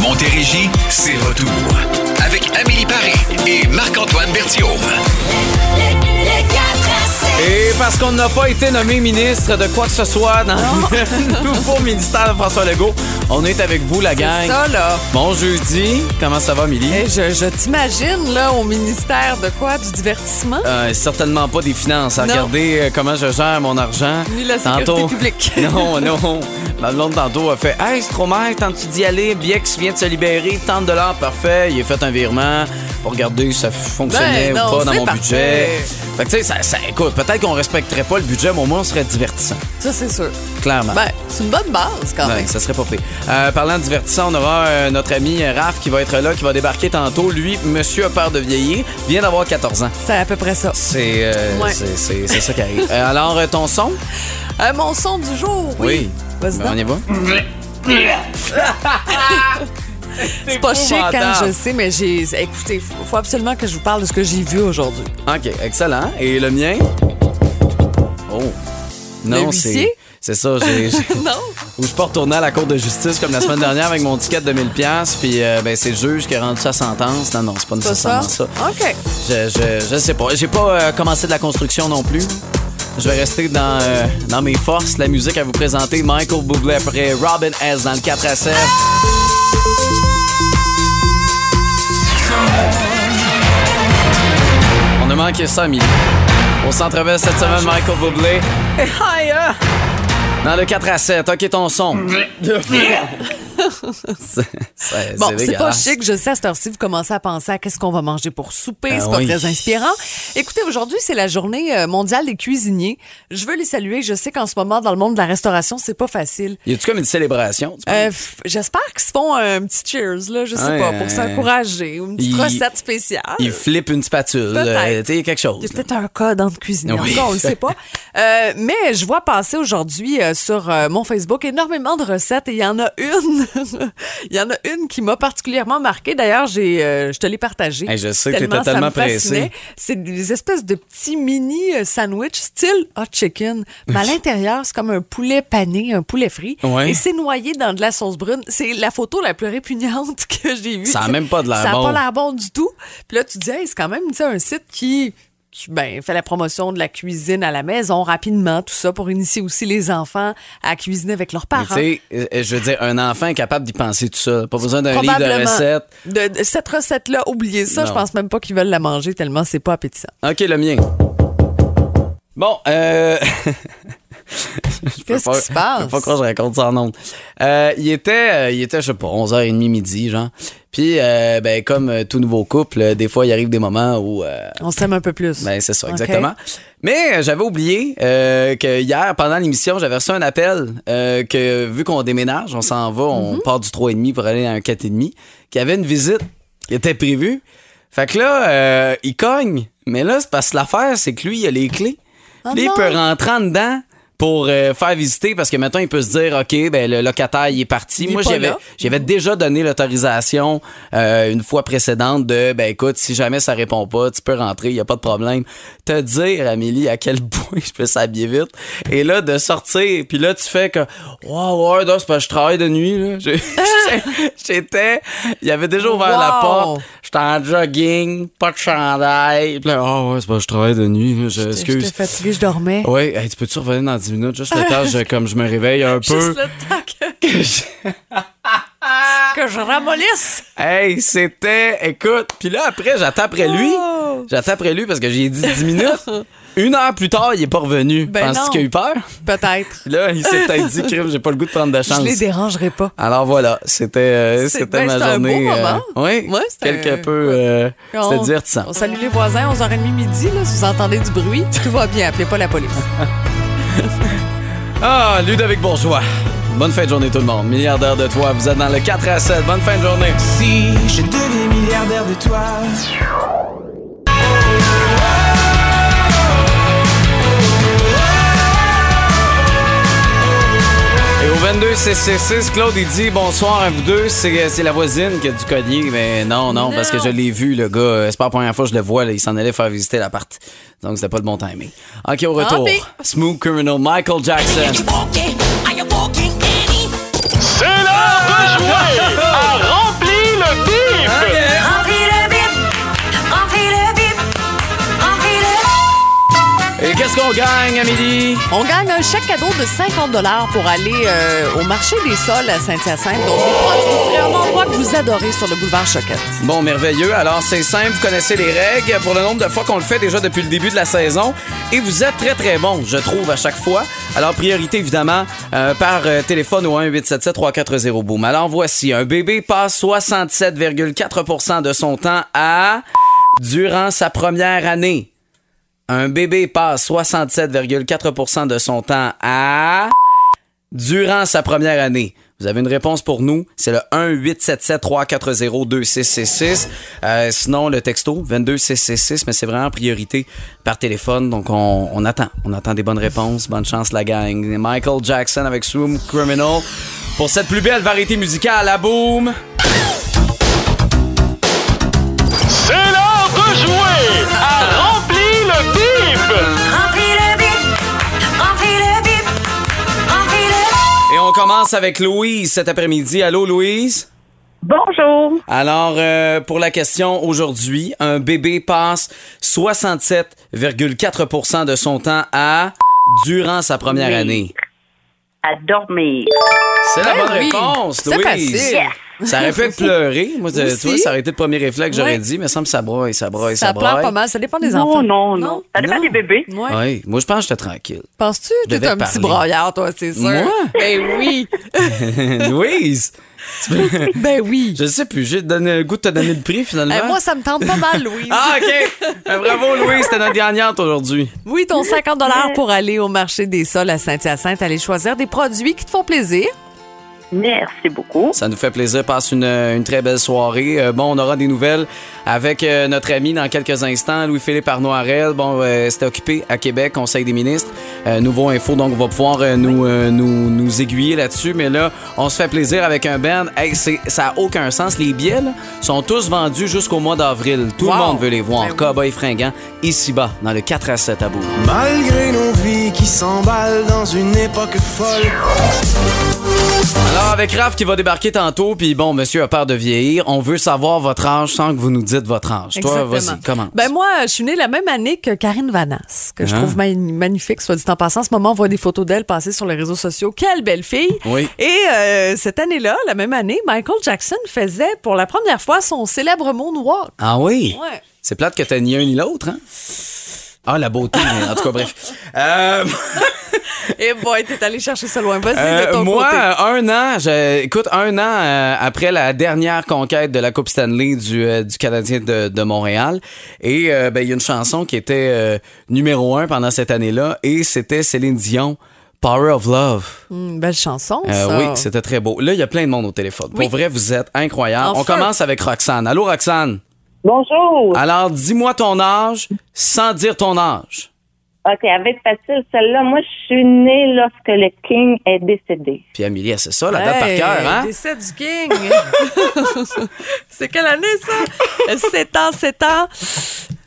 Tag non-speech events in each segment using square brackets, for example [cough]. Montérégie, c'est retour. Avec Amélie Paris et Marc-Antoine Berthiaume. Et parce qu'on n'a pas été nommé ministre de quoi que ce soit dans [laughs] le nouveau ministère de François Legault, on est avec vous, la gang. Ça, là. Bon jeudi. Comment ça va, Amélie? Hey, je je t'imagine, là, au ministère de quoi? Du divertissement? Euh, certainement pas des finances. Non. Regardez euh, comment je gère mon argent. Ni la sécurité publique. [laughs] non, non. Ma blonde tantôt a fait Hey, c'est trop mal, tente-tu d'y aller? Biex vient de se libérer, 30 dollars, parfait. Il a fait un virement pour regarder si ça fonctionnait Ben, non, ou pas dans c'est mon parfait. budget. Fait que, tu sais, ça, ça- écoute, peut-être qu'on respecterait pas le budget, mais au moins on serait divertissant, Ça, c'est sûr. clairement. Ben, c'est une bonne base, quand Ah. Ouais, même. ça serait pas pire. Euh, parlant de divertissant, on aura euh, notre ami euh, Raph qui va être là, qui va débarquer tantôt. Lui, monsieur a peur de vieillir, vient d'avoir 14 ans. C'est à peu près ça. C'est euh, Ouais. c'est- c'est- c'est ça qui arrive. [laughs] Euh, alors, euh, ton son? Euh, mon son du jour, oui. Vas-y Ben, donc. on y va? C'est pas chic quand épouvantable. je sais, mais j'ai. Écoutez, faut faut absolument que je vous parle de ce que j'ai [laughs] vu aujourd'hui. OK, excellent. Et le mien? Oh. Non, c'est. huissier? C'est ça, j'ai. [laughs] j'ai- non? Ou je peux retourner à la Cour de justice comme la semaine dernière avec mon ticket de 1000$, piastres, puis euh, ben, c'est le juge qui a rendu sa sentence. Non, non, c'est pas Pas ça? nécessairement ça. OK. Je, je, je sais pas. J'ai pas euh, commencé de la construction non plus. Je vais rester dans, euh, dans mes forces. La musique à vous présenter, Michael Bublé après Robin S. dans le 4 à 7. On a manqué ça, Milly. Au centre ville cette semaine, Michael Bublé. Hey, hi, euh. ah! Dans le 4 à 7, ok ton son. [laughs] C'est- c'est Bon, c'est pas dégueulasse. chic, je sais, à cette heure-ci, vous commencez à penser à qu'est-ce qu'on va manger pour souper, Ben c'est pas oui. très inspirant. Écoutez, aujourd'hui, c'est la journée euh, mondiale des cuisiniers. Je veux les saluer, je sais qu'en ce moment, dans le monde de la restauration, c'est pas facile. Y a-tu comme une célébration? tu Euh, f- J'espère qu'ils se font un petit cheers, là, je sais Ouais, pas, pour euh, s'encourager, ou une petite il- recette spéciale. Il flippe une spatule. euh, Peut-être. Tu sais, quelque chose. Il y a peut-être un code entre cuisiniers. Oui. En tout cas, on le [laughs] sait pas. Euh, mais je vois passer aujourd'hui euh, sur euh, mon Facebook énormément de recettes et il y en a une. [laughs] Il y en a une qui m'a particulièrement marquée. D'ailleurs, j'ai, euh, je te l'ai partagée. Hey, je sais que Tellement t'étais ça tellement me fascinait. pressée. C'est des espèces de petits mini euh, sandwichs style hot chicken. [laughs] Mais à l'intérieur, c'est comme un poulet pané, un poulet frit. Ouais. Et c'est noyé dans de la sauce brune. C'est la photo la plus répugnante [laughs] que j'ai vue. Ça a Tu sais, même pas de l'air Ça a bon. pas l'air bon du tout. Puis là, tu te dis, Hey, c'est quand même tu sais, un site qui, qui, ben, fait la promotion de la cuisine à la maison rapidement, tout ça, pour initier aussi les enfants à cuisiner avec leurs Mais parents. Tu sais, euh, je veux dire, un enfant est capable d'y penser tout ça. Pas besoin d'un livre de Probablement. recettes. De- de- cette recette-là, oubliez ça. Non. Je pense même pas qu'ils veulent la manger tellement c'est pas appétissant. OK, le mien. Bon, euh. [laughs] je peux Qu'est-ce pas- qui se passe? Je sais pas pourquoi je raconte ça en ondes. Euh, il était, euh, il était, je sais pas, 11h30 midi, genre. Puis, euh, ben, comme euh, tout nouveau couple, euh, des fois, il arrive des moments où. euh, On s'aime un peu plus. Ben, c'est ça, OK. exactement. Mais euh, j'avais oublié euh, que hier, pendant l'émission, j'avais reçu un appel euh, que vu qu'on déménage, on s'en va, on Mhm. part du 3,5 pour aller à un 4,5, qu'il y avait une visite qui était prévue. Fait que là, euh, il cogne. Mais là, c'est parce que l'affaire, c'est que lui, il a les clés. Ah Lui, il non! peut rentrer en dedans pour euh, faire visiter parce que maintenant, il peut se dire, OK, ben, le locataire, il est parti. Il est Moi, pas j'avais, là. j'avais déjà donné l'autorisation euh, une fois précédente de ben écoute, si jamais ça répond pas, tu peux rentrer, il y a pas de problème. Te dire Amélie à quel [laughs] point je peux s'habiller vite et là de sortir, puis là tu fais que waouh, ouais, non, c'est parce que je [laughs] travaille de nuit là. J'ai- J'étais, il avait déjà ouvert la Wow. porte, j'étais en jogging, pas de chandail. Puis là, oh ouais, c'est parce que je travaille de nuit, là, je excuse. J'étais fatiguée, je dormais. Ouais, hey, tu peux-tu revenir dans 10 minutes [laughs] juste le temps je- comme je me réveille un peu. Juste le temps [laughs] que, [laughs] que je ramollisse. Hey, c'était. Écoute, puis là, après, j'attends après lui. Oh! J'attends après lui parce que j'ai dit 10 minutes. Une heure plus tard, il est pas revenu. Ben Penses-tu non. qu'il a eu peur? Peut-être. Puis là, il s'est peut-être dit, crime, j'ai pas le goût de prendre de Je chance. les dérangerai pas. Alors voilà, c'était euh, C'est- c'était ben, ma c'était un journée. euh, beau moment. oui, Ouais, c'était quelque un- peu. euh, c'était On- divertissant. On salue les voisins, 11h30 midi, là, si vous entendez du bruit, [laughs] tout va bien, appelez pas la police. Ah, Ludovic Bourgeois. Bonne fin de journée, tout le monde. Milliardaire de toi, vous êtes dans le 4 à 7. Bonne fin de journée. Si je devenais milliardaire de toi. Et au 22 6 Claude, il dit bonsoir à vous deux. C'est c'est la voisine qui a du collier. Mais non, non, parce que je l'ai vu, le gars. Euh, C'est pas la première fois que je le vois. là. Il s'en allait faire visiter l'appart. Donc, c'était pas le bon timing. Ah, OK, au retour. pis. Smooth Criminal, Michael Jackson. C'est l'heure de jouer à remplir qu'on gagne, Amélie? On gagne un chèque cadeau de 50 pour aller euh, au marché des sols à Saint-Hyacinthe. Donc, des produits frais, un endroit que vous adorez sur le boulevard Choquette. Bon, merveilleux. Alors, c'est simple, vous connaissez les règles pour le nombre de fois qu'on le fait déjà depuis le début de la saison. Et vous êtes très, très bon, je trouve, à chaque fois. Alors, priorité, évidemment, euh, par euh, téléphone au 1-877-340-BOOM. Alors, voici, un bébé passe 67,4 de son temps à... durant sa première année. Un bébé passe 67,4 de son temps à... durant sa première année. Vous avez une réponse pour nous, c'est le 1-877-340-2666. Euh, sinon, le texto, 22666, mais c'est vraiment en priorité par téléphone, donc on, on attend. On attend des bonnes réponses. Bonne chance, la gang. Michael Jackson avec Swoom Criminal pour cette plus belle variété musicale à Boom. C'est l'heure de jouer à Remplis le bip Remplis le bip, remplis le bip, remplis le Et on commence avec Louise cet après-midi. Allô, Louise? Bonjour. Alors, euh, pour la question aujourd'hui, un bébé passe 67,4 de son temps à durant sa première Oui. année. À dormir. C'est la Ben bonne oui, réponse, c'est Louise. facile. Yes. Ça aurait pu être pleurer. [laughs] Moi, tu Aussi. vois, ça aurait été le premier réflexe que j'aurais Ouais. dit, mais ça me ça broye, ça broye, ça, Ça pleure broye. pas mal. Ça dépend des non, enfants. non, non, Ça dépend Non. des bébés. Ouais. Oui, moi, je pense que j'étais tranquille. [laughs] Penses-tu Je que t'es devais un petit parler. broyard, toi, c'est sûr? Moi? Ben oui. Louise, ben oui. je sais plus, j'ai donné le goût de te donner le prix, finalement. Eh, moi, ça me tente pas mal, Louise. Ah, OK. Euh, Bravo, Louise, t'es notre gagnante aujourd'hui. Oui, ton 50 pour aller au marché des sols à Saint-Hyacinthe, aller choisir des produits qui te font plaisir. Merci beaucoup. Ça nous fait plaisir. Passe une, euh, une très belle soirée. Euh, bon, on aura des nouvelles avec euh, notre ami dans quelques instants, Louis-Philippe Arnoirel. Bon, euh, c'était occupé à Québec, Conseil des ministres. Euh, nouveau info, donc on va pouvoir euh, nous, euh, nous, nous aiguiller là-dessus. Mais là, on se fait plaisir avec un band. Hey, c'est- ça n'a aucun sens. Les billets là, sont tous vendus jusqu'au mois d'avril. Tout le Wow. monde veut les voir. Ben oui. Cowboy fringant, ici-bas, dans le 4 à 7 à bout. Malgré nos vies qui s'emballent dans une époque folle. Alors, avec Raph qui va débarquer tantôt, puis bon, monsieur a peur de vieillir, on veut savoir votre âge sans que vous nous dites votre âge. Toi, vas-y, commence. Ben moi, je suis née la même année que Karine Vanasse, que je Hein? trouve ma- magnifique, soit dit en passant. En ce moment, on voit des photos d'elle passer sur les réseaux sociaux. Quelle belle fille! Oui. Et euh, cette année-là, la même année, Michael Jackson faisait pour la première fois son célèbre moonwalk. Ah oui? Ouais. C'est plate que t'as ni un ni l'autre, hein? Ah, la beauté, mais en tout cas, bref. [laughs] Euh, [laughs] Et boy, t'es allé chercher ça loin. Vas-y [laughs] de euh, ton moi, côté. euh, un an, je- écoute, un an euh, après la dernière conquête de la Coupe Stanley du, euh, du Canadien de, de Montréal, et euh, ben, il y a une chanson qui était euh, numéro un pendant cette année-là, et c'était Céline Dion, Power of Love. Hum, belle chanson, Euh, ça. oui, c'était très beau. Là, il y a plein de monde au téléphone. Oui. Pour vrai, vous êtes incroyable. On Enfin. commence avec Roxane. Allô, Roxane? Bonjour. Alors, dis-moi ton âge sans dire ton âge. OK, avec facile, celle-là, moi, je suis née lorsque le King est décédé. Puis Amélie, c'est ça, la date Hey, par cœur, hein? Décès du King. [laughs] C'est quelle année, ça? 7 ans, 7 ans.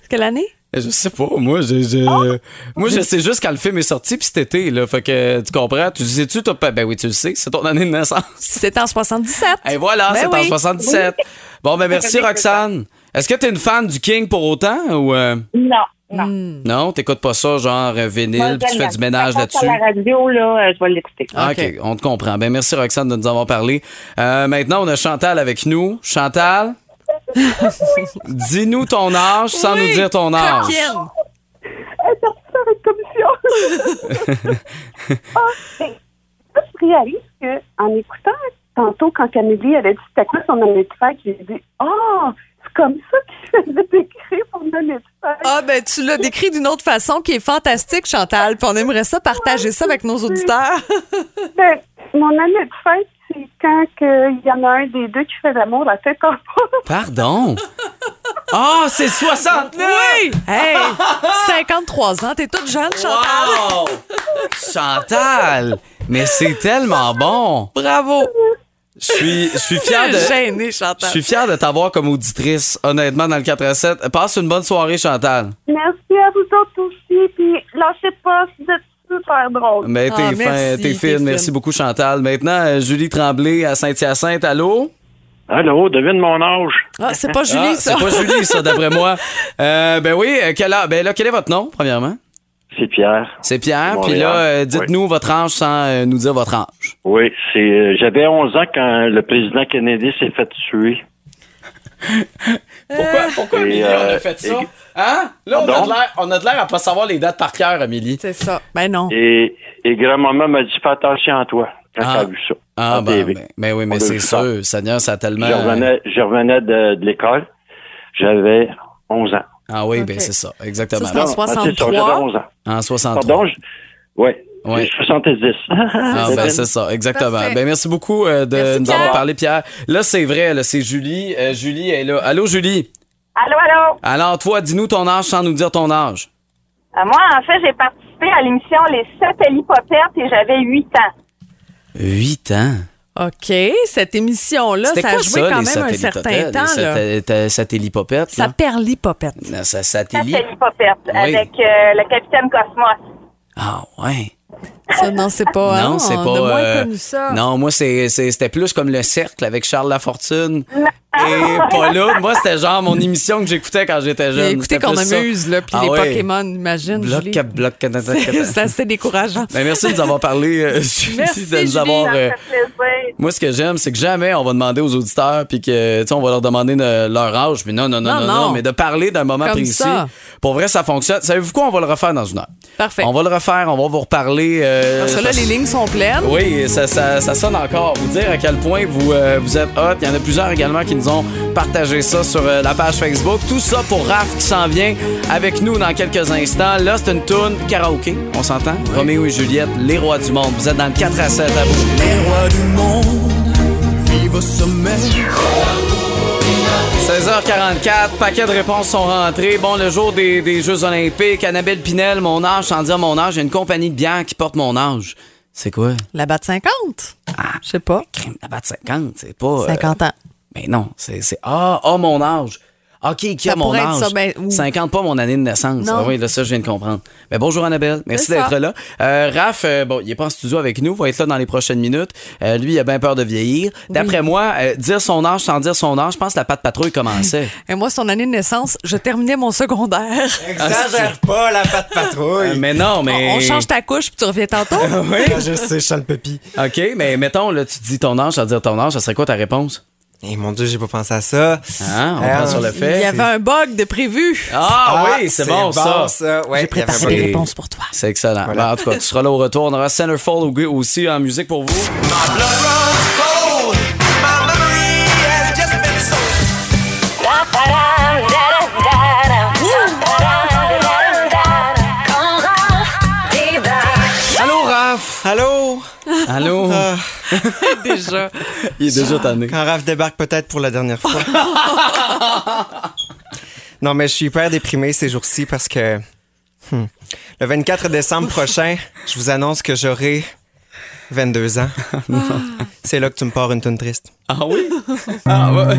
Quelle année? Je sais pas, moi, je, Ah! moi, je sais juste quand le film est sorti, puis cet été, là. Fait que, tu comprends? Tu sais-tu, toi? Ben oui, tu le sais, c'est ton année de naissance. C'est en 77. Et voilà, Ben c'est en oui. 77. Bon, ben merci, Roxane. Est-ce que t'es une fan du King pour autant ou. euh, Non, non. Mm. non, t'écoutes pas ça, genre euh, vinyle, Moi, puis tu je fais l'aime. du ménage Ça passe là-dessus? À la radio, là, euh, je vais l'écouter. Ah, OK, on te comprend. Ben, merci, Roxane, de nous avoir parlé. Euh, maintenant, on a Chantal avec nous. [laughs] Chantal, dis-nous ton âge sans Oui, nous dire ton âge. Coquine. [laughs] Là, Ah, je réalise qu'en écoutant tantôt, quand Camille avait dit c'était quoi son année de fête, j'ai dit Ah, c'est comme ça qu'il faisait décrire son année de fête. Ah, ben, tu l'as décrit d'une autre façon qui est fantastique, Chantal. Puis on aimerait ça partager ça avec nos auditeurs. [laughs] Ben, mon année de fête, c'est quand que il y en a un des deux qui fait l'amour à tête en bas. Pardon? Ah, c'est 69! Oui! [laughs] Hey! 53 ans, t'es toute jeune, Chantal. Wow! Chantal! Mais c'est tellement bon! Bravo! Je suis, je suis fier T'es de... gênée, Je Chantal. suis fier de t'avoir comme auditrice, honnêtement, dans le 4 à 7. Passe une bonne soirée, Chantal. [laughs] Merci à vous autres aussi, puis lâchez pas, vous êtes super drôles. Mais t'es Ah, fin, merci, t'es t'es fine. fine. Merci beaucoup, Chantal. Maintenant, euh, Julie Tremblay à Saint-Hyacinthe. Allô? Allô, devine mon âge. Ah, c'est pas Julie, Ah, ça. [laughs] C'est pas Julie, ça, d'après moi. Euh, ben oui, euh, quel, âge- ben là, quel est votre nom, premièrement? C'est Pierre. C'est Pierre. Puis Montréal. là, euh, dites-nous votre âge sans euh, nous dire votre âge. Oui, c'est. euh, J'avais 11 ans quand le président Kennedy s'est fait tuer. Euh. Pourquoi, pourquoi Et, Amélie, on a euh, fait et- ça? Hein? Là, on a, Pardon? de l'air, on a de l'air à pas savoir les dates par cœur, Amélie. C'est ça. Ben non. Et, et grand-maman m'a dit Fais attention à toi quand Ah. elle a vu ça. Ah, en ben, TV. ben, ben oui, On mais a c'est vu ça. sûr. Seigneur, ça a tellement. Je revenais, je revenais de, de l'école. J'avais 11 ans. Ah oui, ben Ok. c'est ça, exactement. Ça, c'est En Non, c'est ça, 63? J'avais 11 ans. en 63. Pardon? Je... Oui. Ouais. 70. Ah, ben, c'est ça, exactement. Parfait. Ben, merci beaucoup euh, de Merci, nous avoir Pierre. parlé, Pierre. Là, c'est vrai, là, c'est Julie. Euh, Julie est là. Allô, Julie? Allô, allô? Alors, toi, dis-nous ton âge sans nous dire ton âge. Euh, moi, en fait, j'ai participé à l'émission Les Satellipopettes et j'avais 8 ans. 8 ans. OK, cette émission-là, C'était ça a quoi joué ça, quand les même un certain satellipopettes? temps. Là. Les satel- satellipopettes, Ça là? perlit popette. Non, Ça satellite. Satellipopettes Oui. avec euh, le capitaine Cosmos. Ah, ouais. Ça, non, c'est pas. non, c'est pas. On a moins euh, connu ça. Non, moi, c'est- c'est- c'était plus comme le cercle avec Charles [laughs] Lafortune. Et pas là. Moi, c'était genre mon émission que j'écoutais quand j'étais Mais jeune. écoutez C'était qu'on plus ça. amuse, là, puis Ah les ouais. Pokémon, imagine. Bloc, Julie. cap, bloc, cata, cata, cata. [laughs] C'est assez décourageant. Ben, merci de nous avoir parlé, euh, [laughs] Julie, Merci, de nous Julie, avoir. Ça euh, me fait plaisir. moi, ce que j'aime, c'est que jamais on va demander aux auditeurs, puis que, tu sais, on va leur demander ne- leur âge, mais non, non, non, non, Non, non, non. mais de parler d'un moment Comme précis. ça. Pour vrai, ça fonctionne. Savez-vous quoi? On va le refaire dans une heure. Parfait. On va le refaire, on va vous reparler. euh, Parce que là, parce- les lignes sont pleines. Oui, ça, ça, ça sonne encore. Vous dire à quel point vous, euh, vous êtes hot. Il y en a plusieurs également qui nous ont partagé ça sur euh, la page Facebook. Tout ça pour Raph qui s'en vient avec nous dans quelques instants. Là, c'est une tourne karaoké, on s'entend? Roméo et Juliette, les rois du monde. Vous êtes dans le 4 à 7 à vous. Les rois du monde vivent au sommet. 16h44, paquet de réponses sont rentrées. Bon, le jour des, des Jeux Olympiques, Annabelle Pinel, mon âge, sans dire mon âge, il y a une compagnie de bière qui porte mon âge. C'est quoi? La batte 50. Ah. Je sais pas. Crime, la batte 50, c'est pas. euh, 50 ans. Mais non, c'est. c'est- Ah, ah, mon âge. OK, qui Ça a mon pourrait être âge? ça, ben, ou- 50, pas mon année de naissance. Non. Ah oui, là, ça, je viens de comprendre. Mais bonjour, Annabelle. Merci C'est ça. d'être là. Euh, Raph, euh, bon, il est pas en studio avec nous, va être là dans les prochaines minutes. Euh, lui, il a bien peur de vieillir. D'après moi, euh, dire son âge sans dire son âge, je pense que la patte patrouille [laughs] commençait. Et moi, son année de naissance, je terminais mon [laughs] secondaire. Exagère pas la patte Ah, Euh, patrouille. mais non, mais. On change ta couche, puis tu [laughs] reviens tantôt. je sais, je sens le papy. OK, mais mettons, là, tu dis ton âge, à dire ton âge, ça serait quoi ta réponse? Eh mon dieu, j'ai pas pensé à ça. Ah, on Euh, prend sur le fait. Il y avait un bug de prévu. Ah, oui, c'est bon, ça. Ouais, J'ai préparé avait- des réponses pour toi. C'est excellent. Voilà. Ben, en tout cas, tu seras là au retour. On aura Centerfold au- aussi en musique pour vous. Allô, Raph! Allô! Allô? [laughs] Ah, Déjà. Il est déjà tanné. quand Raph débarque peut-être pour la dernière fois. [laughs] non, mais je suis hyper déprimé ces jours-ci parce que hmm, le 24 décembre prochain, je vous annonce que j'aurai 22 [laughs] ans. C'est là que tu me pars une tune triste. Ah oui? Ah ouais.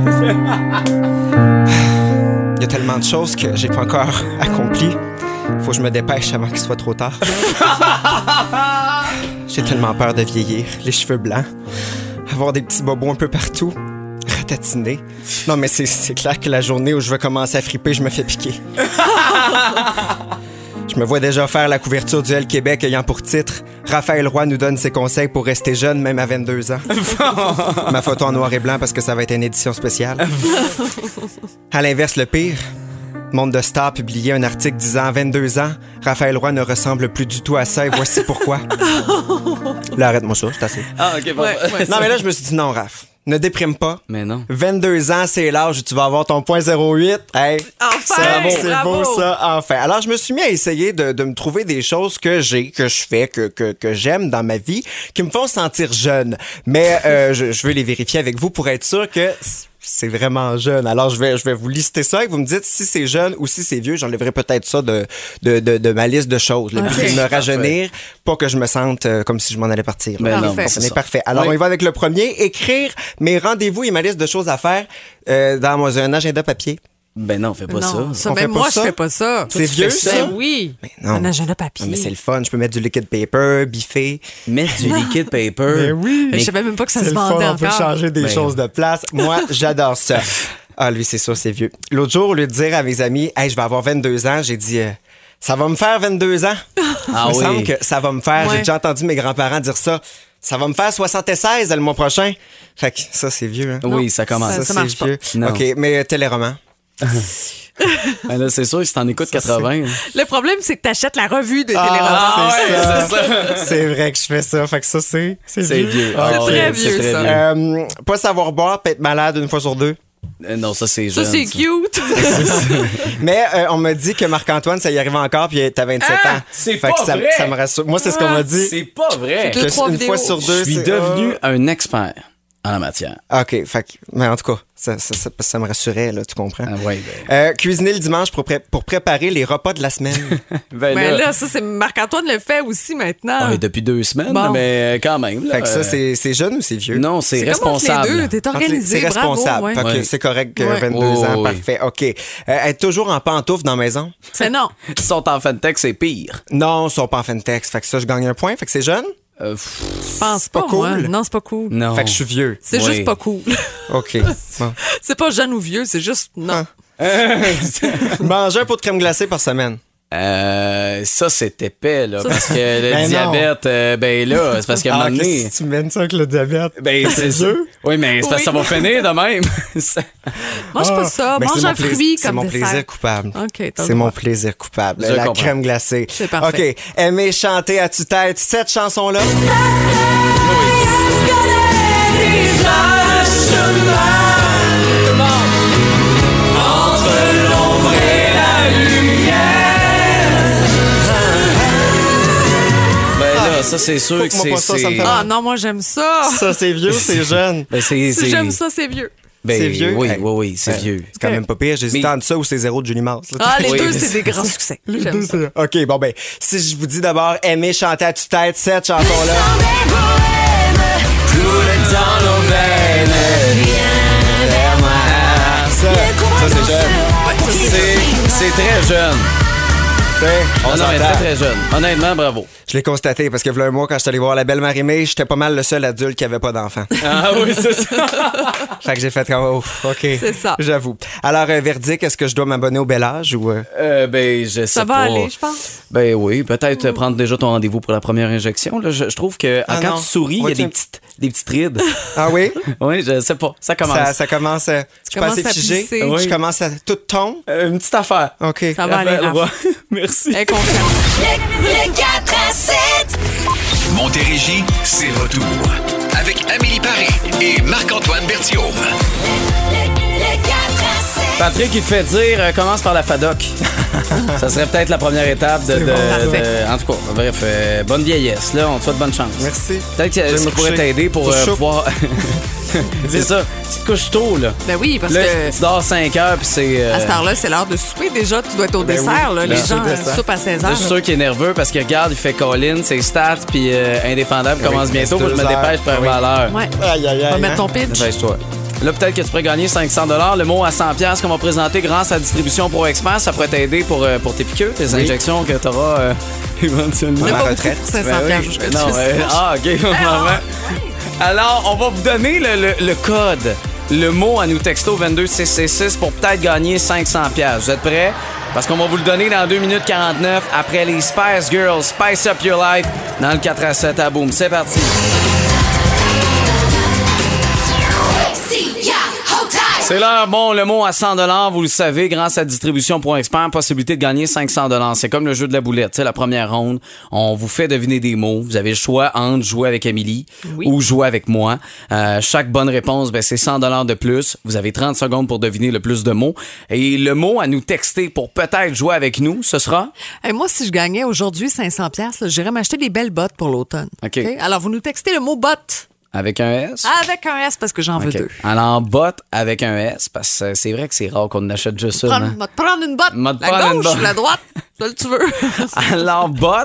Il y a tellement de choses que j'ai pas encore [laughs] accomplies. Faut que je me dépêche avant qu'il soit trop tard. j'ai tellement peur de vieillir, les cheveux blancs, avoir des petits bobos un peu partout, ratatiner. Non, mais c'est- c'est clair que la journée où je vais commencer à friper, je me fais piquer. Je me vois déjà faire la couverture du L Québec ayant pour titre Raphaël Roy nous donne ses conseils pour rester jeune même à 22 ans. Ma photo en noir et blanc parce que ça va être une édition spéciale. À l'inverse, le pire. Monde de Star publié un article disant à 22 ans, Raphaël Roy ne ressemble plus du tout à ça et voici pourquoi. là, arrête-moi ça, c'est assez. [laughs] Ah, ok, bon. Ouais, ouais. Non, mais là, je me suis dit non, Raph, ne déprime pas. Mais non. 22 ans, c'est l'âge où tu vas avoir ton point 08. Hey, Enfin, ça, c'est bravo. beau ça, enfin. Alors, je me suis mis à essayer de, de me trouver des choses que j'ai, que je fais, que, que, que j'aime dans ma vie, qui me font sentir jeune. Mais euh, [laughs] je, je veux les vérifier avec vous pour être sûr que c'est vraiment jeune. Alors, je vais, je vais vous lister ça et vous me dites si c'est jeune ou si c'est vieux. J'enlèverai peut-être ça de, de, de, de ma liste de choses. Le but, c'est de me rajeunir, pas que je me sente euh, comme si je m'en allais partir. Ben non, Parfait. c'est Ce n'est ça. parfait. Alors, Oui. on y va avec le premier. Écrire mes rendez-vous et ma liste de choses à faire euh, dans un agenda papier. Ben non, fais pas non, ça. ça, On même fait pas moi, je ça? fais pas ça. C'est Tu fais vieux, ça? Ben oui. non. Un agenda Ah, papier. mais c'est le fun. Je peux mettre du liquid paper, biffer. Mettre du liquid paper. oui. Je savais même pas que ça se vendait on peut encore. changer des Ben. choses de place. [laughs] Moi, j'adore ça. Ah, lui, c'est sûr, c'est vieux. L'autre jour, au lieu de dire à mes amis, hey, je vais avoir 22 ans, j'ai dit, euh, Ça va me faire 22 ans. Ah Il me oui. semble que ça va me faire. Ouais. J'ai déjà entendu mes grands-parents dire ça. Ça va me faire 76 le mois prochain. Fait que ça, c'est vieux. hein. Oui, ça commence. Ça, ça c'est marche pas. vieux. Non. OK, mais euh, téléroman. Ben là, c'est sûr que si t'en écoutes 80. Le problème, c'est que t'achètes la revue de Ah, Télérama. c'est ça. [laughs] C'est vrai que je fais ça. Fait que ça, c'est c'est C'est vieux. vieux. Ah, Ah ouais. ouais, très c'est vieux, ça. Euh, pas savoir boire, peut être malade une fois sur deux. Euh, non, ça, c'est Ça, jeune, c'est cute. [laughs] Mais euh, on m'a dit que Marc-Antoine, ça y arrive encore, puis t'as 27 Ah, ans. c'est Fait pas que ça, vrai. Ah! ça me rassure. Moi, c'est ce qu'on m'a dit. C'est pas vrai. Deux, Que trois une vidéos. fois sur deux, Je suis c'est- euh, devenu un expert en la matière. Ah, OK, fait que- mais en tout cas, ça, ça, ça- ça me rassurait, là, tu comprends. Ah ouais, ben. Euh, cuisiner le dimanche pour, pré- pour préparer les repas de [laughs] la semaine. Ben Mais là, ça, c'est Marc-Antoine le fait aussi maintenant. Ah, Ouais, depuis deux semaines, Bon. mais euh, quand même. là, fait que ça, euh, c'est c'est jeune ou c'est vieux? Non, c'est Comme entre responsable. les deux, t'es Entre les- organisé, C'est bravo, responsable. ouais. Fait que Ouais. c'est correct, que Ouais. 22 Oh, ans, oui. parfait. OK. Euh, être toujours en pantoufle dans la maison? C'est non. Qui sont en fin de texte, c'est pire. Non, ils sont pas en fin de texte. Fait que ça, je gagne un point. Fait que c'est jeune? Euh, pff, Je pense pas pas, moi. cool. Non, c'est pas cool. non. Fait que je suis vieux. C'est Oui. juste pas cool. [laughs] OK. Bon. c'est pas jeune ou vieux, c'est juste Ah. non. [laughs] Manger un pot de crème glacée par semaine. [laughs] Euh, ça, c'est épais, là. parce que le Ben non. diabète, euh, ben là, c'est parce qu'à un moment donné. Ah, tu mènes ça avec le diabète? Ben, c'est ça. Oui, mais c'est parce que ça va Oui. finir de même. Ça- Mange pas ça, mange un fruit Ah. Ben, C'est comme mon dessert. plaisir coupable. OK, t'as le c'est droit. mon plaisir coupable. Je la comprends. crème glacée. C'est parfait. OK. Aimer chanter à tue-tête cette chanson-là. [laughs] ben là, ça, c'est sûr que Coupe-moi c'est. pas ça, ça me c'est- fait mal. Ah non, moi j'aime ça. Ça, c'est [laughs] vieux, c'est jeune. Ben, c'est. Si c'est- [laughs] j'aime ça, c'est vieux. ben, c'est vieux. Oui, Hey. oui, oui, c'est Ouais. vieux. C'est quand même pas pire. J'hésite Mais- entre ça ou c'est zéro de Julie Mars. là. Ah, les Oui. deux, c'est des grands succès. J'aime ça. OK, bon, ben, si je vous dis d'abord aimer chanter à tue-tête cette chanson-là. Ça, ça c'est jeune. C'est c'est très jeune. Tu sais, On on Ah non, mais s'entend. très, très jeune. Honnêtement, bravo. Je l'ai constaté parce que, voilà un mois, quand je suis allé voir la belle Marie-Mé, j'étais pas mal le seul adulte qui avait pas d'enfant. Ah oui, c'est [laughs] ça. Fait que j'ai fait comme, oh, OK. C'est ça. J'avoue. Alors, un verdict, est-ce que je dois m'abonner au bel âge ou. euh, Euh, ben, je sais Ça va pas. aller, je pense. Ben oui, peut-être Mm. euh, prendre déjà ton rendez-vous pour la première injection. Là. Je, je trouve que Ah ah, quand non. tu souris, il y a Ouais, tu- des petites, des petites rides. [laughs] Ah [laughs] oui? oui, je sais pas. Ça commence. Ça, ça commence. euh, Je suis pas commences assez à figé. pisser. Je Oui. commence à. Tout tombe. Euh, une petite affaire. OK. Ça va aller. Raph. [laughs] Ouais. Merci. Elle est confiante. Le 4 à 7. Montérégie, c'est retour. Avec Amélie Paris et Marc-Antoine Bertiom. Le 4 à 7. Patrick, il te fait dire euh, commence par la FADOC. ça serait peut-être la première étape de. de- de- en tout cas, bref, euh, bonne vieillesse. Là, on te souhaite bonne chance. Merci. Peut-être que vais euh, ça me pourrait coucher. t'aider pour Tout euh, chaud. pouvoir. [laughs] c'est ça. Tu te couches tôt, là. Ben oui, parce là, que tu dors 5 heures, puis c'est. euh, à cette heure-là, c'est l'heure de souper déjà. Tu dois être au Ben dessert. oui, là. là, Les gens c'est le euh, dessert. soupent à 16 heures. Je suis sûr qu'il est nerveux parce que regarde, il fait Colin, ses stats, puis euh, indépendable commence il bientôt. reste Faut que je me deux dépêche heures. pour arriver à l'heure. Ouais. Aïe, aïe, On va aïe. mettre hein? ton pitch. Dépêche-toi. Là, peut-être que tu pourrais gagner 500 Le mot à 100 qu'on va présenter grâce à Distribution Pro Expert, ça pourrait t'aider pour, euh, pour tes piqûres, tes injections que tu auras [laughs] éventuellement. On n'a Ma pas retraite. beaucoup de 500 Ben oui. piastres, je te Non, dis. euh, ah, OK, [laughs] vraiment. Alors, on va vous donner le, le- le code, le mot à nous texto 22666 pour peut-être gagner 500 pièces. Vous êtes prêts? Parce qu'on va vous le donner dans 2 minutes 49 après les Spice Girls, Spice Up Your Life, dans le 4 à 7 à Boom. C'est parti. See ya, hold tight. C'est l'heure. Bon, le mot à 100 vous le savez, grâce à distribution.expert, possibilité de gagner 500 C'est comme le jeu de la boulette, tu sais, la première ronde. On vous fait deviner des mots. Vous avez le choix entre jouer avec Émilie Oui. ou jouer avec moi. Euh, chaque bonne réponse, ben, c'est 100 de plus. Vous avez 30 secondes pour deviner le plus de mots. Et le mot à nous texter pour peut-être jouer avec nous, ce sera... Hey, moi, si je gagnais aujourd'hui 500 pièces, j'irais m'acheter des belles bottes pour l'automne. OK. OK? Alors, vous nous textez le mot bottes Avec un S? avec un S parce que j'en Ok. veux deux. Alors, botte avec un S, parce que c'est vrai que c'est rare qu'on en achète juste une. Prendre, hein? m'a te prendre une botte. M'a te La prendre une gauche botte. ou la droite. Celle que tu [laughs] veux. Alors, bot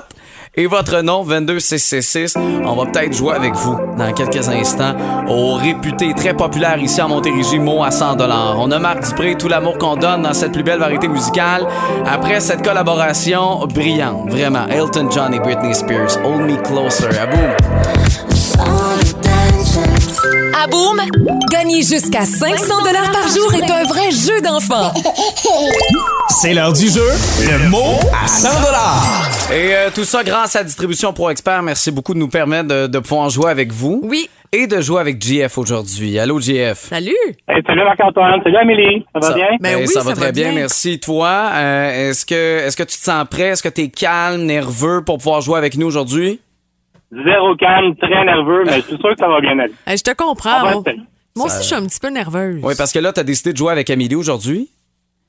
et votre nom 22666. On va peut-être jouer avec vous dans quelques instants au réputé très populaire ici en Montérégie, mot à 100 On a Marc Dupré, tout l'amour qu'on donne dans cette plus belle variété musicale. Après cette collaboration brillante, vraiment, Elton John et Britney Spears, Hold Me Closer, à boum. Only dancing. À Boom, gagner jusqu'à 500 dollars par jour est un vrai jeu d'enfant. C'est l'heure du jeu. Le mot à 100 Et euh, tout ça grâce à Distribution Pro Expert. Merci beaucoup de nous permettre de, de pouvoir jouer avec vous. Oui. Et de jouer avec GF aujourd'hui. Allô, GF. Salut. salut, Marc-Antoine. Salut, Amélie. Ça va bien? Ben Ben oui, oui, ça, ça va va très bien. bien. Merci. Toi, euh, est-ce que, est que tu te sens prêt? Est-ce que tu es calme, nerveux pour pouvoir jouer avec nous aujourd'hui? Zéro calme, très nerveux, mais je suis sûr que ça va bien aller. Hey, je te comprends. Ah, moi. ouais, Moi Ça- aussi, je suis un petit peu nerveuse. Oui, parce que là, tu as décidé de jouer avec Amélie aujourd'hui?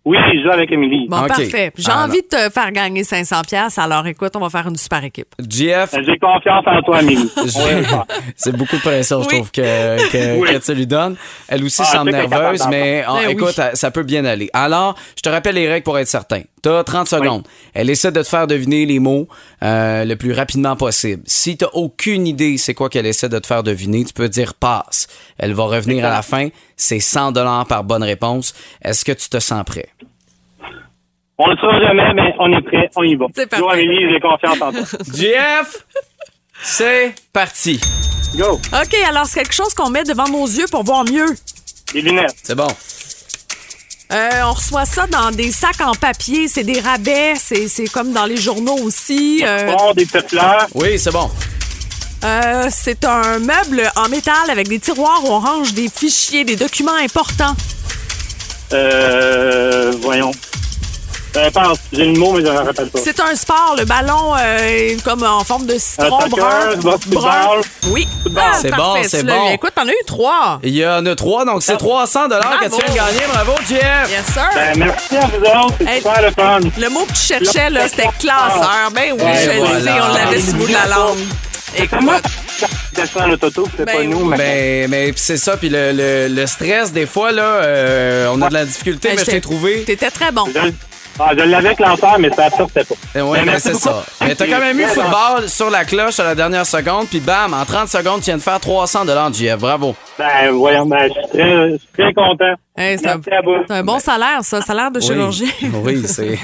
Oui, je joue avec Amélie. Ah, Bon, parfait. J'ai envie de te faire gagner 500 pièces. Alors, écoute, on va faire une super équipe. GF. J'ai confiance en toi, Amélie. [laughs] C'est beaucoup de pression, je trouve, que, que, Oui. que tu lui donnes. Elle aussi Ah, semble je sais qu'elle est nerveuse, capable mais d'entendre. ah, Ben oui. écoute, ah, ça peut bien aller. Alors, je te rappelle les règles pour être certain. Tu as 30 secondes. Elle essaie de te faire deviner les mots euh, le plus rapidement possible. Si tu aucune idée c'est quoi qu'elle essaie de te faire deviner, tu peux dire passe. Elle va revenir à la fin. C'est 100 par bonne réponse. Est-ce que tu te sens prêt? On le saura jamais, mais on est prêt, on y va. C'est parfait. Amélie, j'ai confiance en toi. GF, c'est parti. Go. OK, alors, c'est quelque chose qu'on met devant nos yeux pour voir mieux. Des lunettes. C'est bon. Euh, on reçoit ça dans des sacs en papier. C'est des rabais. C'est c'est comme dans les journaux aussi. Euh, Bon, des petites fleurs. Oui, c'est bon. euh, c'est un meuble en métal avec des tiroirs où on range des fichiers, des documents importants. Euh, voyons. Euh, pense, j'ai le mot, mais je ne me rappelle pas. C'est un sport, le ballon euh, comme en forme de citron Un soccer, brun. brun. football. Oui. Ah, Football. C'est bon, parfait, c'est tu l'as bon. eu. Écoute, t'en as eu trois. Il y en a trois, donc c'est 300 que tu viens de gagner. Bravo, GF. Yes, sir. Ben, merci à vous autres. C'est super le fun. Le mot que tu cherchais, là, c'était classeur. Ben oui, Ouais, je le voilà. sais, on l'avait sous le bout de la langue. Descends le toto, c'est Ben pas nous, mais. Ben, mais pis c'est ça, puis le, le- le stress, des fois, là, euh, on a de la difficulté, Ben, mais je t'ai j'étais- trouvé. T'étais très bon. Ah, je l'avais avec l'enfer, mais ça sortait pas. Ben. Ouais, Ben, mais merci c'est beaucoup. ça. Mais t'as quand même eu football sur la cloche à la dernière seconde, puis bam, en 30 secondes, tu viens de faire 300 JF. Bravo. Ben, voyons, ben, je suis très, je suis très content. Hey, c'est un, Merci à vous. c'est un Ben. bon salaire, ça, salaire de [laughs] Oui. chirurgien. [laughs] Oui, c'est.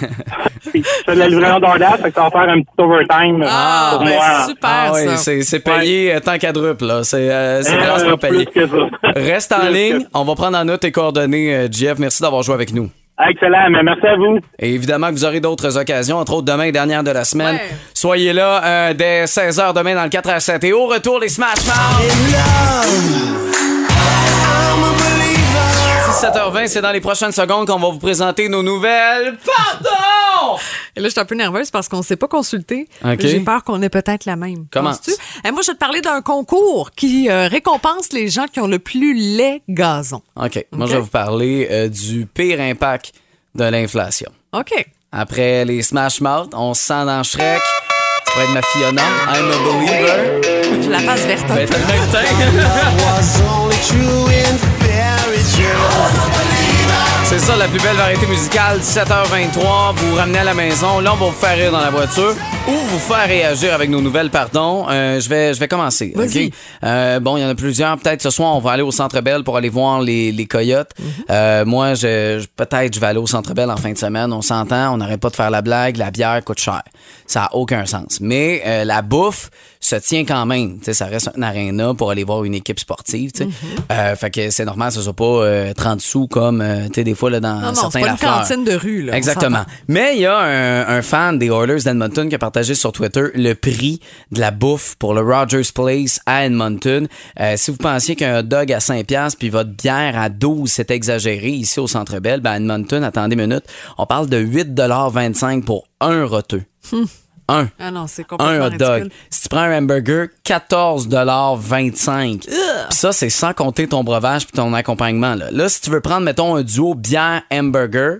Je fais de la livraison d'ordre, fait que ça va faire un petit overtime. Ah, pour ben moi. Ah oui, c'est- C'est payé euh, tant quadruple, là. C'est euh, c'est Euh, vraiment pas plus payé. Reste en ligne. On va prendre en note tes coordonnées, euh, JF. Merci d'avoir joué avec nous. Excellent, mais merci à vous. Et évidemment que vous aurez d'autres occasions, entre autres demain, dernière de la semaine. Soyez là euh, dès 16h demain dans le 4 à 7. Et au retour, les Smash Mouth! 17h20, c'est dans les prochaines secondes qu'on va vous présenter nos nouvelles. Pardon! Et là, je suis un peu nerveuse parce qu'on ne s'est pas consulté. OK. J'ai peur qu'on ait peut-être la même. Comment? Penses-tu? Eh, moi, je vais te parler d'un concours qui euh, récompense les gens qui ont le plus laid gazon. OK, moi, je vais vous parler euh, du pire impact de l'inflation. OK. Après les Smash Mouth, on se sent dans Shrek. Tu pourrais être ma Fiona. I'm a believer. Je la passe verte. Ben, t'as le même C'est ça la plus belle variété musicale, 17h23, vous vous ramenez à la maison, là on va vous faire rire dans la voiture ou vous faire réagir avec nos nouvelles, pardon. Euh, je vais je vais commencer. Vas-y. ok? Euh, bon, il y en a plusieurs. Peut-être ce soir, on va aller au Centre Bell pour aller voir les, les coyotes. Euh, moi, je, je- peut-être je vais aller au Centre Bell en fin de semaine. On s'entend, on n'arrête pas de faire la blague. La bière coûte cher. Ça n'a aucun sens. Mais euh, la bouffe se tient quand même. Tu sais, ça reste un aréna pour aller voir une équipe sportive. tu sais. Mm-hmm. Euh, fait que c'est normal, ce soit pas euh, 30 sous comme euh, tu sais, des fois là, dans Non, non, certains c'est pas une Lafleur. cantine de rue, là, on Exactement. s'entend. Mais il y a un, un fan des Oilers d'Edmonton qui a partagé sur Twitter le prix de la bouffe pour le Rogers Place à Edmonton. Euh, si vous pensiez qu'un hot dog à 5 piastres puis votre bière à 12, c'est exagéré ici au Centre Bell, ben à Edmonton, attendez une minute, on parle de 8,25 pour un roteux. Hum. Un. Ah non, c'est Un complètement hot dog. ridicule. Si tu prends un hamburger, 14,25 Puis ça, c'est sans compter ton breuvage puis ton accompagnement. Là. Là, si tu veux prendre, mettons, un duo bière-hamburger,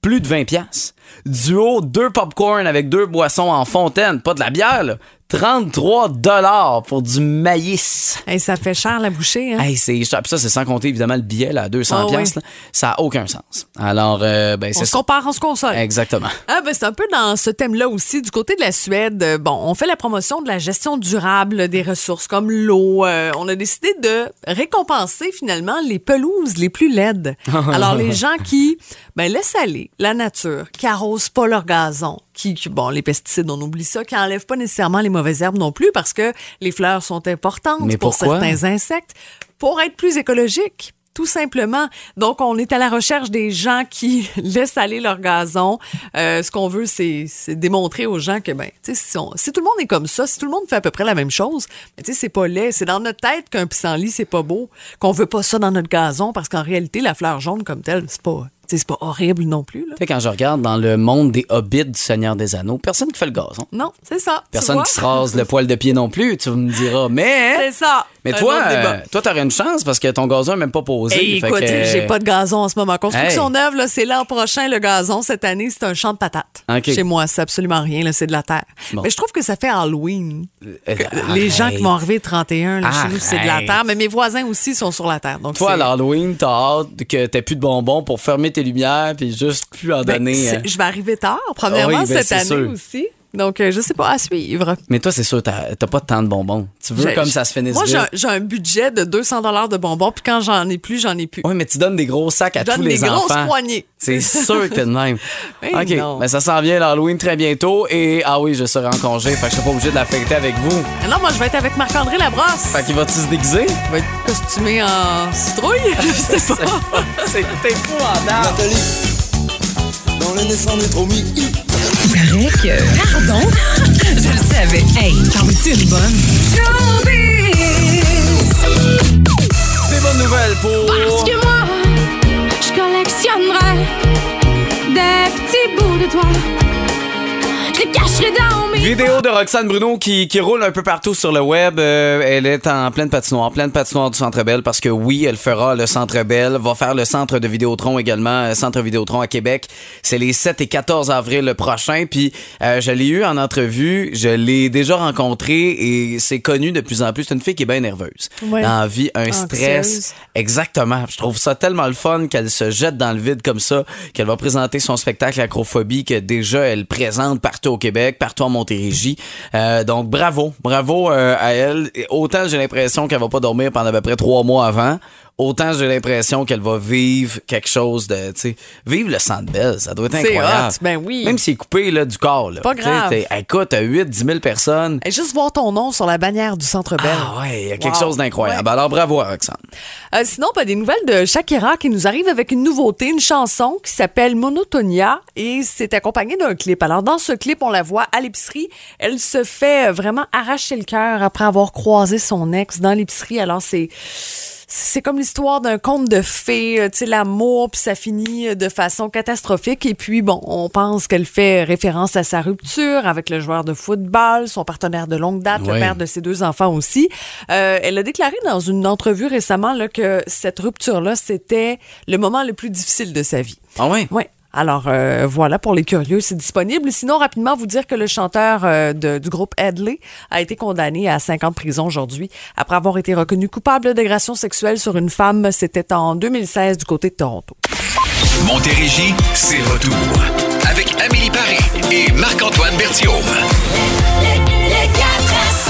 plus de 20 pièces. Duo, deux popcorn avec deux boissons en fontaine, pas de la bière, là. 33 dollars pour du [laughs] maïs. Hey, ça fait cher la bouchée. Hein? Hey, c'est cher. Puis ça, c'est sans compter évidemment le billet là, à 200 Ah ouais. piastres, là. Ça n'a aucun sens. Alors, euh, ben, on c'est se ça. compare, on se console. Exactement. Ah ben c'est un peu dans ce thème-là aussi du côté de la Suède. euh, Bon, on fait la promotion de la gestion durable des ressources comme l'eau. Euh, on a décidé de récompenser finalement les pelouses les plus [laughs] laides. Alors les gens qui ben laissent aller la nature, qui arrosent pas leur gazon, qui, qui- bon, les pesticides, on oublie ça, qui enlèvent pas nécessairement les mauvaises herbes non plus parce que les fleurs sont importantes Mais pour pourquoi? certains insectes, pour être plus écologique. Tout simplement. Donc, on est à la recherche des gens qui [laughs] laissent aller leur gazon. Euh, ce qu'on veut, c'est c'est démontrer aux gens que, ben, tu sais, si, on- si tout le monde est comme ça, si tout le monde fait à peu près la même chose, ben, tu sais, c'est pas laid. C'est dans notre tête qu'un pissenlit, c'est pas beau, qu'on veut pas ça dans notre gazon, parce qu'en réalité, la fleur jaune comme telle, c'est pas, tu sais, c'est pas horrible non plus. là. Tu sais, quand je regarde dans le monde des hobbits du Seigneur des Anneaux, personne qui fait le gazon. Non, c'est ça. tu Personne vois? qui se rase le poil de pied non plus, tu me diras. Mais. C'est ça. Mais Un toi, autre débat. euh, toi, t'aurais une chance parce que ton gazon n'est même pas posé. Hey, fait écoute, que- j'ai pas de gazon en ce moment. Construction Hey. neuve, là, c'est l'an prochain, le gazon. Cette année, c'est un champ de patates. OK. Chez moi, c'est absolument rien, là, c'est de la terre. Bon. Mais je trouve que ça fait Halloween. Euh, Les arrête. gens qui vont arriver 31, là, chez nous, c'est de la Arrête. terre. Mais mes voisins aussi sont sur la terre. Donc Toi, c'est- à l'Halloween, t'as hâte que t'aies plus de bonbons pour fermer tes lumières puis juste plus en Ben, donner. c'est- euh. Je vais arriver tard, premièrement, Oui, ben, cette c'est année sûr. aussi. Donc, euh, je sais pas, à suivre. Mais toi, c'est sûr, t'as t'as pas tant de bonbons. Tu veux J'ai- comme ça se finisse Moi, j'ai un, vite. j'ai un budget de 200 de bonbons, puis quand j'en ai plus, j'en ai plus. Oui, mais tu donnes des gros sacs à Je donne tous les des grosses enfants. poignées. C'est sûr que t'es de même. Mais OK. non. Mais ça s'en vient l'Halloween très bientôt. Et ah oui, je serai en congé. Fait que je suis pas obligé de la fêter avec vous. Ah [laughs] Non, moi, je vais être avec Marc-André Labrosse. Fait qu'il va-tu se [laughs] déguiser? va être costumé en citrouille. [laughs] Je sais pas. C'est fou en Dans le naissant des promis. Paraît que. Pardon? Je le savais. Hey, t'en veux-tu une bonne? Des bonnes nouvelles Parce pour. que moi, je collectionnerai des petits bouts de toi. Je les cacherai dans mes. Vidéo de Roxane Bruno qui, qui roule un peu partout sur le web. Euh, elle est en pleine patinoire, pleine patinoire du Centre Belle parce que oui, elle fera le Centre Belle, va faire le Centre de Vidéotron également, euh, Centre Vidéotron à Québec. C'est les 7 et 14 avril le prochain. Puis euh, je l'ai eu en entrevue, je l'ai déjà rencontrée et c'est connu de plus en plus. C'est une fille qui est bien nerveuse. Ouais. Dans la vie, un Anxieuse. stress. Exactement. Je trouve ça tellement le fun qu'elle se jette dans le vide comme ça, qu'elle va présenter son spectacle Acrophobie que déjà elle présente partout au Québec, partout en Montérégie. Euh, donc bravo, bravo euh, à elle. Et autant j'ai l'impression qu'elle va pas dormir pendant à peu près trois mois avant, autant j'ai l'impression qu'elle va vivre quelque chose de, tu sais, vivre le Sandbell, ça doit être C'est incroyable. hot, ben oui. Même si c'est coupé là, du corps. Là. Pas Tu sais, grave. t'es- Écoute, 8-10 000 personnes. Et juste voir ton nom sur la bannière du Centre Bell. Ah ouais, il y a quelque Ben Wow. chose d'incroyable. Alors bravo à Roxane. Euh, sinon, pas des nouvelles de Shakira qui nous arrive avec une nouveauté, une chanson qui s'appelle Monotonia et c'est accompagné d'un clip. Alors, dans ce clip, on la voit à l'épicerie. Elle se fait euh, vraiment arracher le cœur après avoir croisé son ex dans l'épicerie. Alors, c'est. C'est comme l'histoire d'un conte de fées, euh, tu sais, l'amour, puis ça finit euh, de façon catastrophique. Et puis, bon, on pense qu'elle fait référence à sa rupture avec le joueur de football, son partenaire de longue date, le Ouais. père de ses deux enfants aussi. Euh, elle a déclaré dans une entrevue récemment là, que cette rupture-là, c'était le moment le plus difficile de sa vie. Ah oui? Oui. Alors euh, voilà, pour les curieux, c'est disponible. Sinon, rapidement, vous dire que le chanteur euh, de- du groupe Headley a été condamné à 5 ans de prison aujourd'hui après avoir été reconnu coupable d'agression sexuelle sur une femme. C'était en 2016 du côté de Toronto. Montérégie, c'est retour. Avec Amélie Paris et Marc-Antoine Bertiom.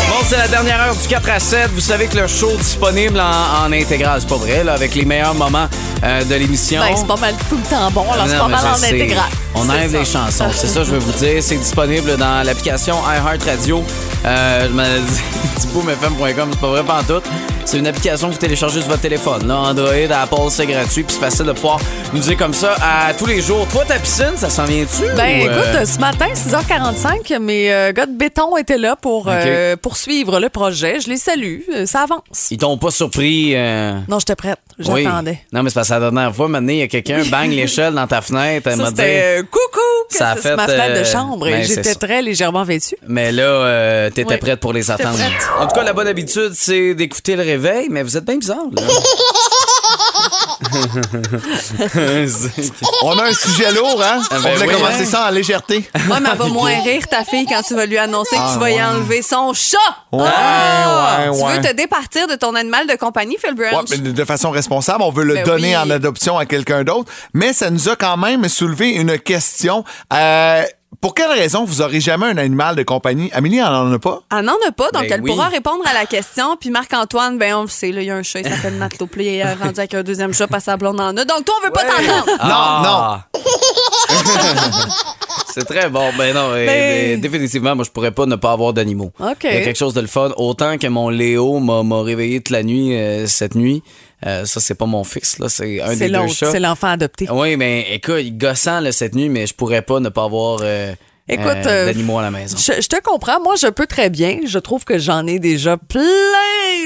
Bon, c'est la dernière heure du 4 à 7. Vous savez que le show disponible en, en intégrale, c'est pas vrai, là, avec les meilleurs moments euh, de l'émission. Ben, c'est pas mal tout le temps bon, alors c'est Non, pas mais mal je en sais. intégral. On enlève les chansons, c'est ça que je veux vous dire. C'est disponible dans l'application iHeartRadio. Euh, je me dis, [laughs] du boomfm.com, c'est pas vrai pantoute. C'est une application que vous téléchargez sur votre téléphone. Là, Android, Apple, c'est gratuit, puis c'est facile de pouvoir nous dire comme ça à tous les jours. Toi, ta piscine, ça s'en vient-tu? Ben ou, euh, écoute, ce matin, 6h45, mes euh, gars de béton étaient là pour euh, poursuivre le projet. Je les salue, euh, ça avance. Ils t'ont pas surpris? euh, Non, j'étais prête, Oui. j'attendais. Non, mais c'est parce que la dernière fois, maintenant, il y a [laughs] quelqu'un, bang l'échelle dans ta fenêtre. elle Ça, m'a c'était euh, dit- coucou, que Ça a c'est fait, ma fenêtre euh, de chambre ben, et c'est j'étais ça. très [laughs] légèrement vêtue. Mais là, euh, t'étais Oui. prête pour les J'étais attendre. prête. En tout cas, la bonne habitude, c'est d'écouter le réveil, mais vous êtes bien bizarre, [laughs] là. On a un sujet lourd, hein? Ah, ben On voulait oui, commencer hein. ça en légèreté. Ouais, mais elle va moins rire ta fille quand tu vas lui annoncer que Ah, tu vas y ouais. enlever son chat. Ouais, Ah! ouais, tu ouais. veux te départir de ton animal de compagnie, Phil Branch? Ouais, mais de- de façon responsable, on veut le Ben oui. donner en adoption à quelqu'un d'autre, mais ça nous a quand même soulevé une question. Euh, pour quelle raison vous aurez jamais un animal de compagnie? Amélie, elle n'en a pas? Elle Ah, n'en a pas, donc Ben elle oui. pourra répondre à la question. Puis Marc-Antoine, ben on le sait, là, il y a un chat, il s'appelle Matelot. Puis il est rendu avec un deuxième Ah, chat, parce que sa blonde en a. Donc toi, on veut pas t'entendre. Non, non. Ah! [laughs] C'est très bon. Ben non, eh, Mais- eh, définitivement, moi, je pourrais pas ne pas avoir d'animaux. OK. Il y a quelque chose de le fun. Autant que mon Léo m'a m'a réveillé toute la nuit, euh, cette nuit. euh, ça, c'est pas mon fils, là. C'est un C'est des deux l'autre, chats. c'est l'enfant adopté. Oui, mais écoute, il est gossant, là, cette nuit, mais je pourrais pas ne pas avoir euh, Écoute, euh, euh, d'animaux à la maison. Je, je te comprends. Moi, je peux très bien. Je trouve que j'en ai déjà plein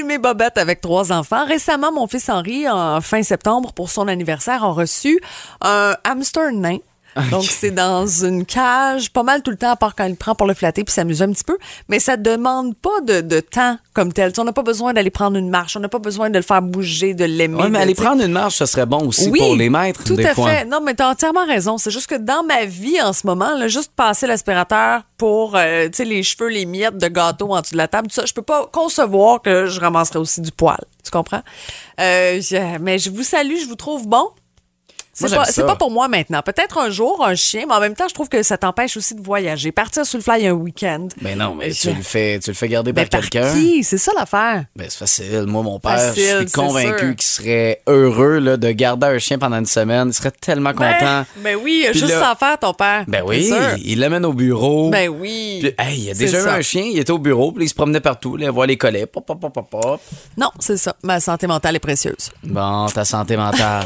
mes bobettes avec trois enfants. Récemment, mon fils Henri, en fin septembre, pour son anniversaire, a reçu un hamster nain. Donc, c'est dans une cage, pas mal tout le temps, à part quand il prend pour le flatter puis s'amuser un petit peu. Mais ça demande pas de, de temps comme tel. Tu sais, on n'a pas besoin d'aller prendre une marche, on n'a pas besoin de le faire bouger, de l'aimer. Oui, mais de- aller tu sais. prendre une marche, ce serait bon aussi Oui, pour les maîtres, Tout des à fois. fait. Non, mais t'as entièrement raison. C'est juste que dans ma vie en ce moment, là, juste passer l'aspirateur pour euh, tu sais, les cheveux, les miettes de gâteau en dessous de la table, tout ça, je peux pas concevoir que je ramasserais aussi du poil. Tu comprends? Euh, je- mais je vous salue, je vous trouve bon. C'est j'aime pas, ça. c'est pas pour moi maintenant. Peut-être un jour, un chien, mais en même temps, je trouve que ça t'empêche aussi de voyager. Partir sur le fly un week-end. Ben non, mais Je- tu le fais, tu le fais garder Ben, par quelqu'un. Qui? C'est ça l'affaire. Ben, c'est facile. Moi, mon père, je Facile, suis c'est convaincu sûr. qu'il serait heureux là, de garder un chien pendant une semaine. Il serait tellement content. Ben, ben oui, Puis juste là- sans faire ton père. Ben C'est oui, sûr. il l'amène au bureau. Ben oui. Puis, hey, il y a C'est déjà eu ça. un chien, il était au bureau, puis il se promenait partout, il allait voir les collègues. Pop, pop, pop, pop, pop. Non, c'est ça. Ma santé mentale est précieuse. Bon, ta santé [laughs] mentale.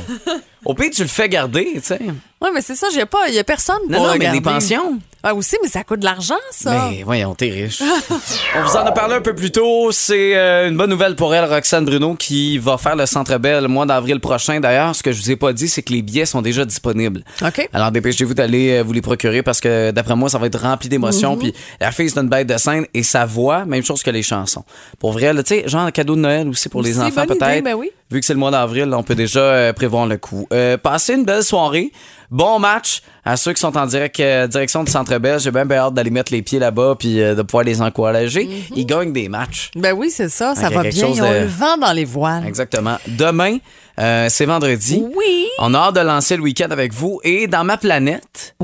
au pire, tu le fais garder, tu sais. Oui, mais c'est ça, il n'y a, personne Non, pour non, le mais les garder. pensions. Ouais, aussi, mais ça coûte de l'argent, ça. Mais voyons, t'es riche. [laughs] On vous en a parlé un peu plus tôt. C'est euh, une bonne nouvelle pour elle, Roxane Bruno, qui va faire le Centre Bell le mois d'avril prochain. D'ailleurs, ce que je vous ai pas dit, c'est que les billets sont déjà disponibles. OK. Alors dépêchez-vous d'aller euh, vous les procurer parce que d'après moi, ça va être rempli d'émotions. Mhm. Puis la fille, c'est une bête de scène et sa voix, même chose que les chansons. Pour vrai, là, tu sais, genre un cadeau de Noël aussi pour les Aussi, enfants bonne idée, peut-être. ben oui. Vu que c'est le mois d'avril, on peut déjà euh, prévoir le coup. Euh, passez une belle soirée. Bon match à ceux qui sont en direct, euh, direction du Centre Bell. J'ai bien bien hâte d'aller mettre les pieds là-bas puis euh, de pouvoir les encourager. Mhm. Ils gagnent des matchs. Ben oui, c'est ça, ça Ok, va quelque bien. chose On de- le vend dans les voiles. Exactement. Demain, euh, c'est vendredi. Oui. On a hâte de lancer le week-end avec vous. Et dans ma planète,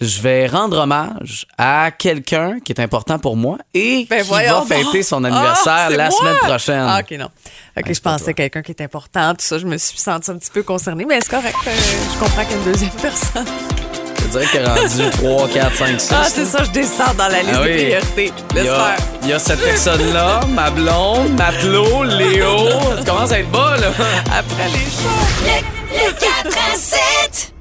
je vais rendre hommage à quelqu'un qui est important pour moi et Ben qui va voyons fêter donc. son Ah, anniversaire c'est la moi! semaine prochaine. Ah, OK, non. OK, je pensais à quelqu'un qui est important, tout ça. Je me suis sentie un petit peu concernée, mais c'est correct. euh, je comprends qu'il y a une deuxième personne. Je dirais qu'il est rendu 3, 4, 5, 6. Ah, c'est ça, je descends dans la liste Ah oui. des priorités. Laisse il, y a, faire. il y a cette personne-là, ma blonde, Matelot, Léo. Ça commence à être bas, là. Après les Le 4 à 7